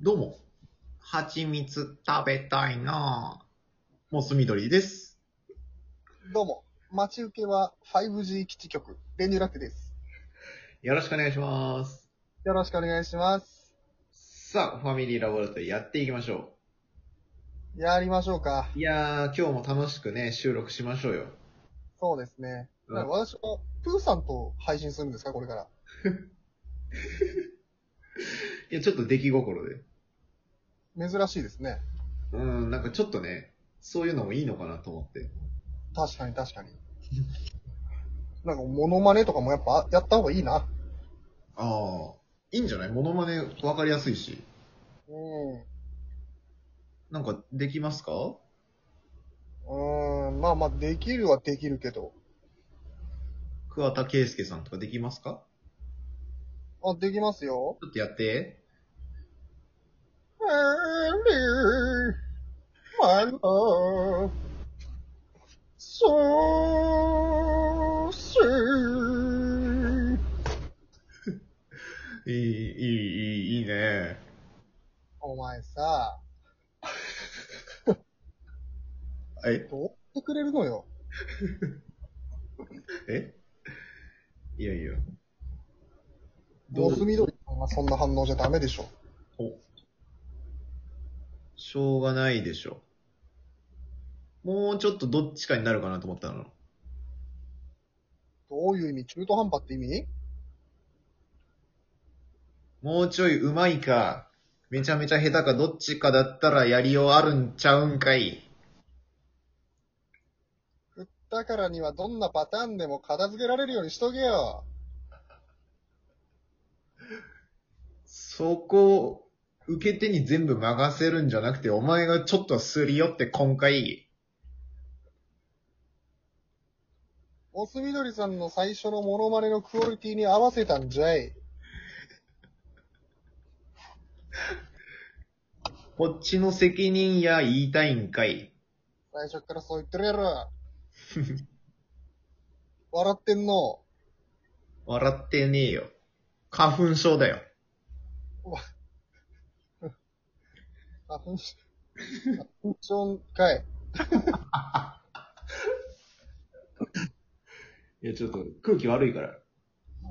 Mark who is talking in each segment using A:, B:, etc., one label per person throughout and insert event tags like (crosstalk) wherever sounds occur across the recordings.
A: どうも、蜂蜜食べたいなぁ。モス緑です。
B: どうも、待ち受けは 5G 基地局、電流ラックです。
A: よろしくお願いします。
B: よろしくお願いします。
A: さあ、ファミリーラボラトリーやっていきましょ
B: やりましょうか。
A: う。いやー、今日も楽しくね、収録しましょうよ。
B: そうですね。
A: うん
B: なんか私は、プーさんと配信するんですかこれから。
A: いや、ちょっと出来心で。
B: 珍しいですね。
A: うん、なんかちょっとね、そういうのもいいのかなと思って。
B: 確かに確
A: (laughs)
B: かに。なんか、モノマネとかもやっぱ、やった方がいいな。
A: ああ、いいんじゃないモノマネわかりやすいし。
B: うん。
A: なんか、できますか
B: うーん、まあまあ、できるはできるけど。
A: 桑田佳祐さんとかできますか
B: あ、できますよ。
A: ちょっとやって。
B: えー、my love, so sweet.
A: いい、いい、いい、いいね。
B: お前さ、
A: え、
B: どうやってくれるのよ。
A: えいやいや。ど
B: ど
A: う
B: うすみどりさんがそんな反応じゃダメでしょ。
A: しょうがないでしょ。もうちょっとどっちかになるかなと思ったの。
B: どういう意味中途半端って意味
A: もうちょい上手いか、めちゃめちゃ下手かどっちかだったらやりようあるんちゃうんかい。
B: だからにはどんなパターンでも片付けられるようにしとけよ。
A: そこを受け手に全部任せるんじゃなくて、お前がちょっとすり寄って今回、
B: おすみどりさんの最初のモノマネのクオリティに合わせたんじゃい。
A: こっちの責任や言いたいんかい。
B: 最初からそう言ってるやろ。笑ってんの。
A: 笑ってねえよ。花粉症だよ。
B: あ、本当かい。
A: いや、ちょっと空気悪いから。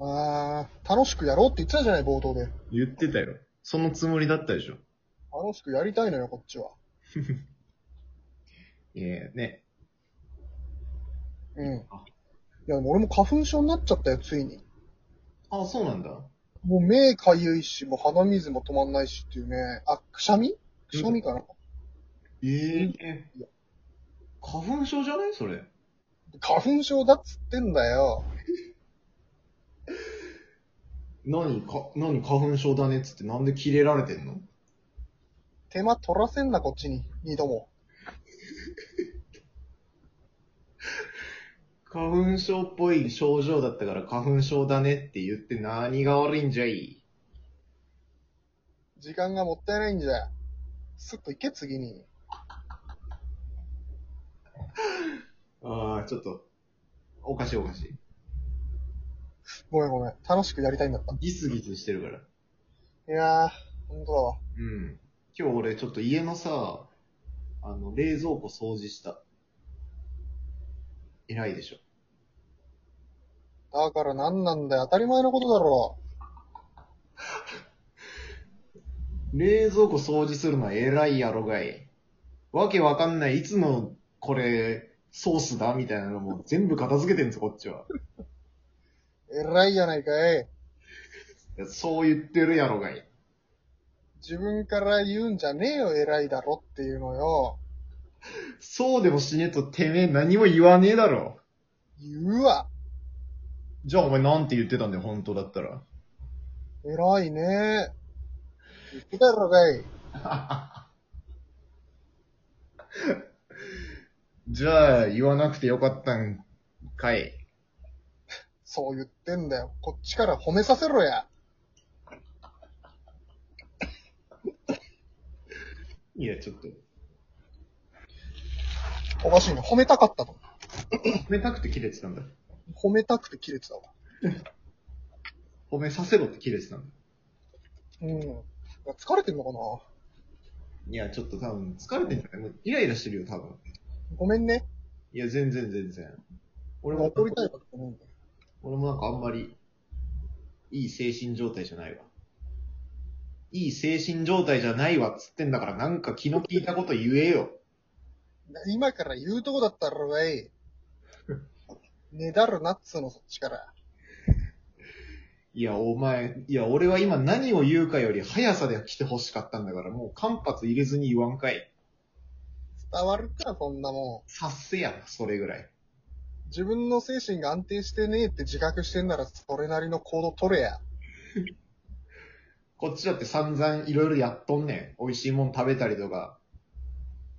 B: あー、楽しくやろうって言ってたじゃない、冒頭で。
A: 言ってたよ。そのつもりだったでしょ。
B: 楽しくやりたいのよ、こっちは。
A: いやね。
B: うん。いや、でも俺も花粉症になっちゃったよ、ついに。
A: あ、そうなんだ。
B: もう目かゆいし、もう鼻水も止まんないしっていうね。あ、くしゃみくしゃみかな。
A: ええ花粉症じゃないそれ。
B: 花粉症だっつってんだよ。
A: 何か、何花粉症だねっつってなんでキレられてんの
B: 手間取らせんな、こっちに。二度も。
A: 花粉症っぽい症状だったから花粉症だねって言って何が悪いんじゃい
B: 時間がもったいないんじゃ。すっと行け、次に。
A: ああ、ちょっと、おかしいおかしい。
B: ごめんごめん。楽しくやりたいんだった。
A: ギスギスしてるから。
B: いやー、ほんとだわ。
A: うん。今日俺ちょっと家のさ、あの、冷蔵庫掃除した。偉いでしょ。
B: だから何なんだよ。当たり前のことだろ。
A: 冷蔵庫掃除するの偉いやろがい。わけわかんない、いつのこれ、ソースだみたいなのも全部片付けてんぞ、こっちは。
B: 偉いやないかい。
A: いやそう言ってるやろがい。
B: 自分から言うんじゃねえよ、偉いだろっていうのよ。
A: そうでもしねえとてめえ何も言わねえだろ。
B: 言うわ。
A: じゃあお前なんて言ってたんだよ、本当だったら。
B: 偉いね。言ってたやろかい。
A: じゃあ言わなくてよかったんかい。
B: そう言ってんだよ。こっちから褒めさせろや。
A: いや、ちょっと。
B: おかしいね。褒めたかったの。
A: 褒めたくて切れてたんだ。
B: 褒めたくて切れてたわ。
A: 褒めさせろって切れてたんだ。
B: うん。か疲れてんのかない
A: や、ちょっと多分疲れてんじゃないもうイライラしてるよ、多分。
B: ごめんね。
A: いや、全然全然。俺も、
B: 怒りたいわけじゃないんだよ。
A: 俺もなんかあんまり、いい精神状態じゃないわ。いい精神状態じゃないわっつってんだから、なんか気の利いたこと言えよ。
B: 今から言うとこだったら、おい。ねだるなっつうの、そっちから。
A: いや、お前、いや、俺は今何を言うかより速さで来て欲しかったんだから、もう間髪入れずに言わんかい。
B: 伝わるか、そんなも
A: 察せや、それぐらい。
B: ん。自分の精神が安定してねえって自覚してんなら、それなりの行動取れや。
A: こっちだって散々いろいろやっとんねん。美味しいもん食べたりとか、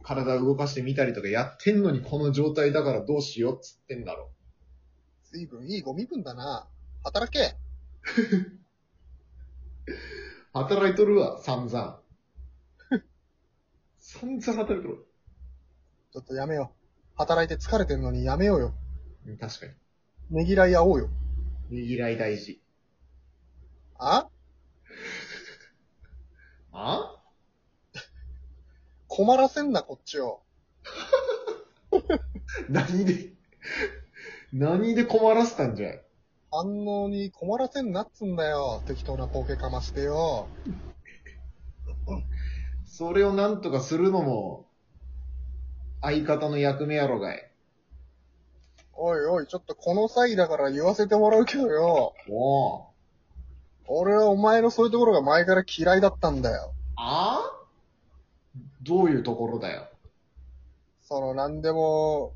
A: 体動かしてみたりとかやってんのにこの状態だからどうしようっつってんだろ。
B: 随分いいご身分だな。働け。
A: 働いとるわ、散々。 (laughs) 散々働いとる。
B: ちょっとやめよう。働いて疲れてんのにやめようよ。
A: うん確かに。
B: ねぎらい合おうよ。
A: ねぎらい大事。
B: あ
A: あ (laughs)
B: 困らせんな、こっちを。
A: 何で、 (laughs) 何で困らせたんじゃい
B: 反応に困らせんなっつんだよ。適当なボケかましてよ。
A: それをなんとかするのも、相方の役目やろがい。
B: おいおい、ちょっとこの際だから言わせてもらうけどよ。
A: おう
B: 俺はお前のそういうところが前から嫌いだったんだよ。
A: ああどういうところだよ。
B: その、なんでも、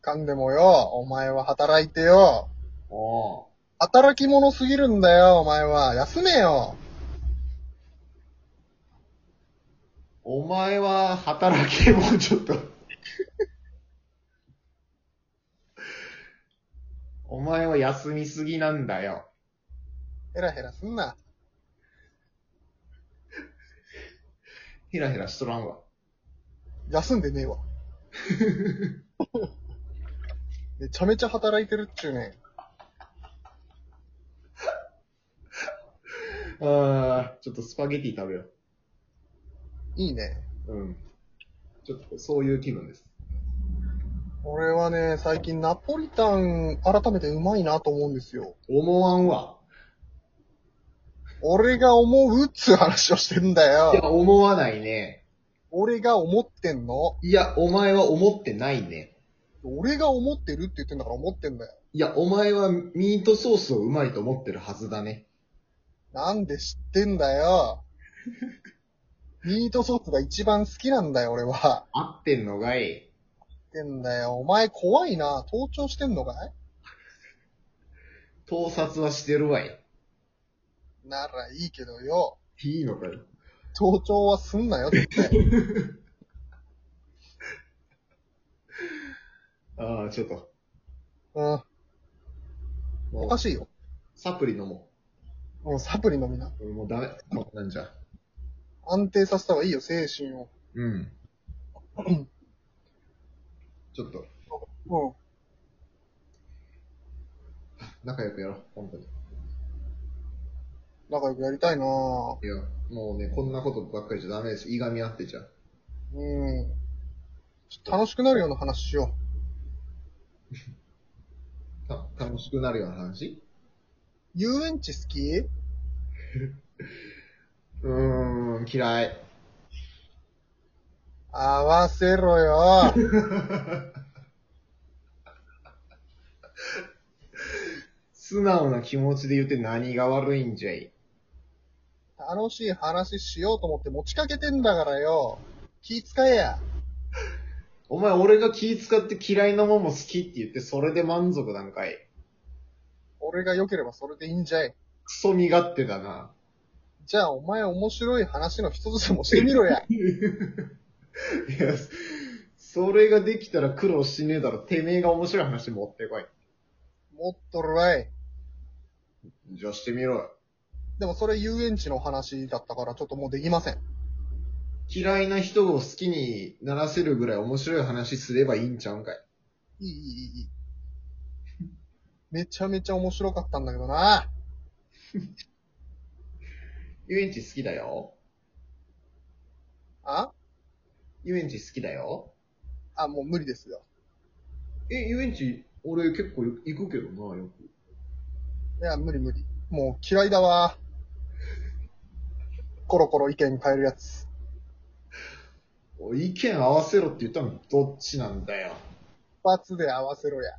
B: かんでもよ、お前は働いてよ。
A: おう
B: 働き者すぎるんだよ、お前は。休めよ。
A: お前は働け、もうちょっと。お前は休みすぎなんだよ。
B: ヘラヘラすんな。
A: ヘラヘラしとらんわ。
B: 休んでねえわ。めちゃめちゃ働いてるっちゅうね。
A: ああ、ちょっとスパゲティ食べよ
B: いいね。
A: う。うん。ちょっとそういう気分です。
B: 俺はね、最近ナポリタン改めてうまいなと思うんですよ。
A: 思わんわ。
B: 俺が思うっつう話をしてんだ
A: いや、
B: よ。
A: 思わないね。
B: 俺が思ってんの。
A: いや、お前は思ってないね。
B: 俺が思ってるって言ってんだから思ってんだよ。
A: いや、お前はミートソースをうまいと思ってるはずだね。
B: なんで知ってんだよ。ミートソースが一番好きなんだよ、俺は。
A: 合ってんのがい。
B: ってんだよ。お前怖いな。盗聴してんのかい
A: 盗撮はしてるわい。
B: ならいいけどよ。
A: いいのかよ。
B: 盗聴はすんなよ、絶対。
A: ああ、ちょっと。
B: うん。
A: もう
B: おかしいよ。
A: サプリ飲も
B: もうんサプリ飲みな。
A: う。もうダメ。こんなんじゃ。
B: 安定させた方がいいよ、精神を。
A: うん。 (coughs) ちょっと、
B: うん。
A: 仲良くやろう。本当に。
B: 仲良くやりたいなぁ。
A: いや、もうね、こんなことばっかりじゃダメです。いがみ合ってちゃう。
B: うん。ちょっと楽しくなるような話しよ
A: た楽しくなるような話
B: う。遊園地好き
A: うーん、嫌い。
B: 合わせろよ。
A: 素直な気持ちで言って何が悪いんじゃい。
B: 楽しい話しようと思って持ちかけてんだからよ。気使えや。
A: お前、俺が気使って嫌いなもんも好きって言って、それで満足なんかい。
B: 俺が良ければそれでいいんじゃい。
A: クソ身勝手だな。
B: じゃあお前面白い話の一つでもしてみろや。
A: いや、それができたら苦労しねえだろ。てめえが面白い話持ってこい。
B: もっとるわい。
A: じゃあしてみろよ。
B: でもそれ遊園地の話だったからちょっともうできません。
A: 嫌いな人を好きにならせるぐらい面白い話すればいいんちゃうんかい。
B: いいいいいいいい。めちゃめちゃ面白かったんだけどな。
A: 遊園地好きだよ。
B: あ
A: 遊園地好きだよ。
B: あ、もう無理ですよ。
A: え、遊園地、俺結構行くけどな、よく。
B: いや、無理無理。もう嫌いだわ。コロコロ意見変えるやつ。
A: おい意見合わせろって言ったのどっちなんだよ。
B: 一発で合わせろや。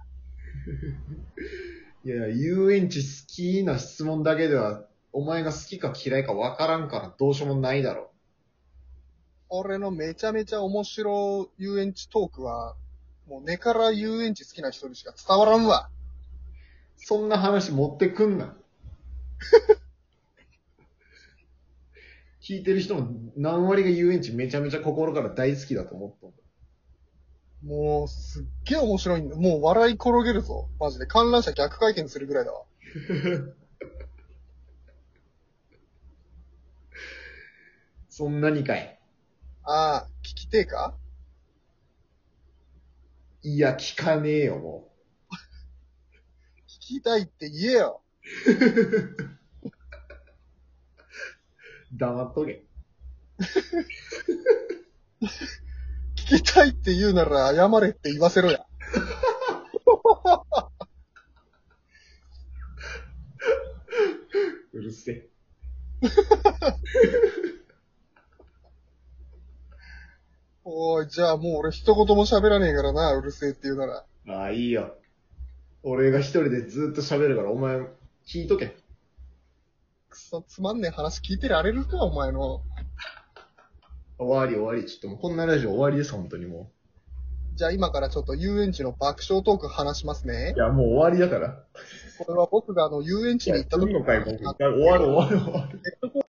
A: いや、遊園地好きな質問だけでは、お前が好きか嫌いか分からんからどうしようもないだろ。
B: 俺のめちゃめちゃ面白い遊園地トークは、もう根から遊園地好きな人にしか伝わらんわ。
A: そんな話持ってくんな。 (laughs) 聞いてる人も何割が遊園地めちゃめちゃ心から大好きだと思ったんだ。
B: もうすっげえ面白いんだ。もう笑い転げるぞ。マジで。観覧車逆回転するぐらいだわ。
A: そんなにかい。
B: ああ、聞きてえか
A: いや、聞かねえよ、も
B: 聞きたいって言えよ。
A: う。黙っとけ。
B: 聞きたいって言うなら謝れって言わせろや。
A: うるせえ。
B: おい、じゃあもう俺一言も喋らねえからな、うるせえって言うなら。
A: ああ、いいよ。俺が一人でずっと喋るから、お前、聞いとけ。
B: くそ、つまんねえ話聞いてられるか、お前の。
A: 終わり終わり。ちょっともうこんなラジオ終わりです、本当にも
B: じゃあ今からちょっと遊園地の爆笑トーク話しますね
A: う。い。や、もう終わりだから。
B: これは僕があの遊園地に行った時
A: いやいいのかいもう終わる終わる終わる。
B: ネット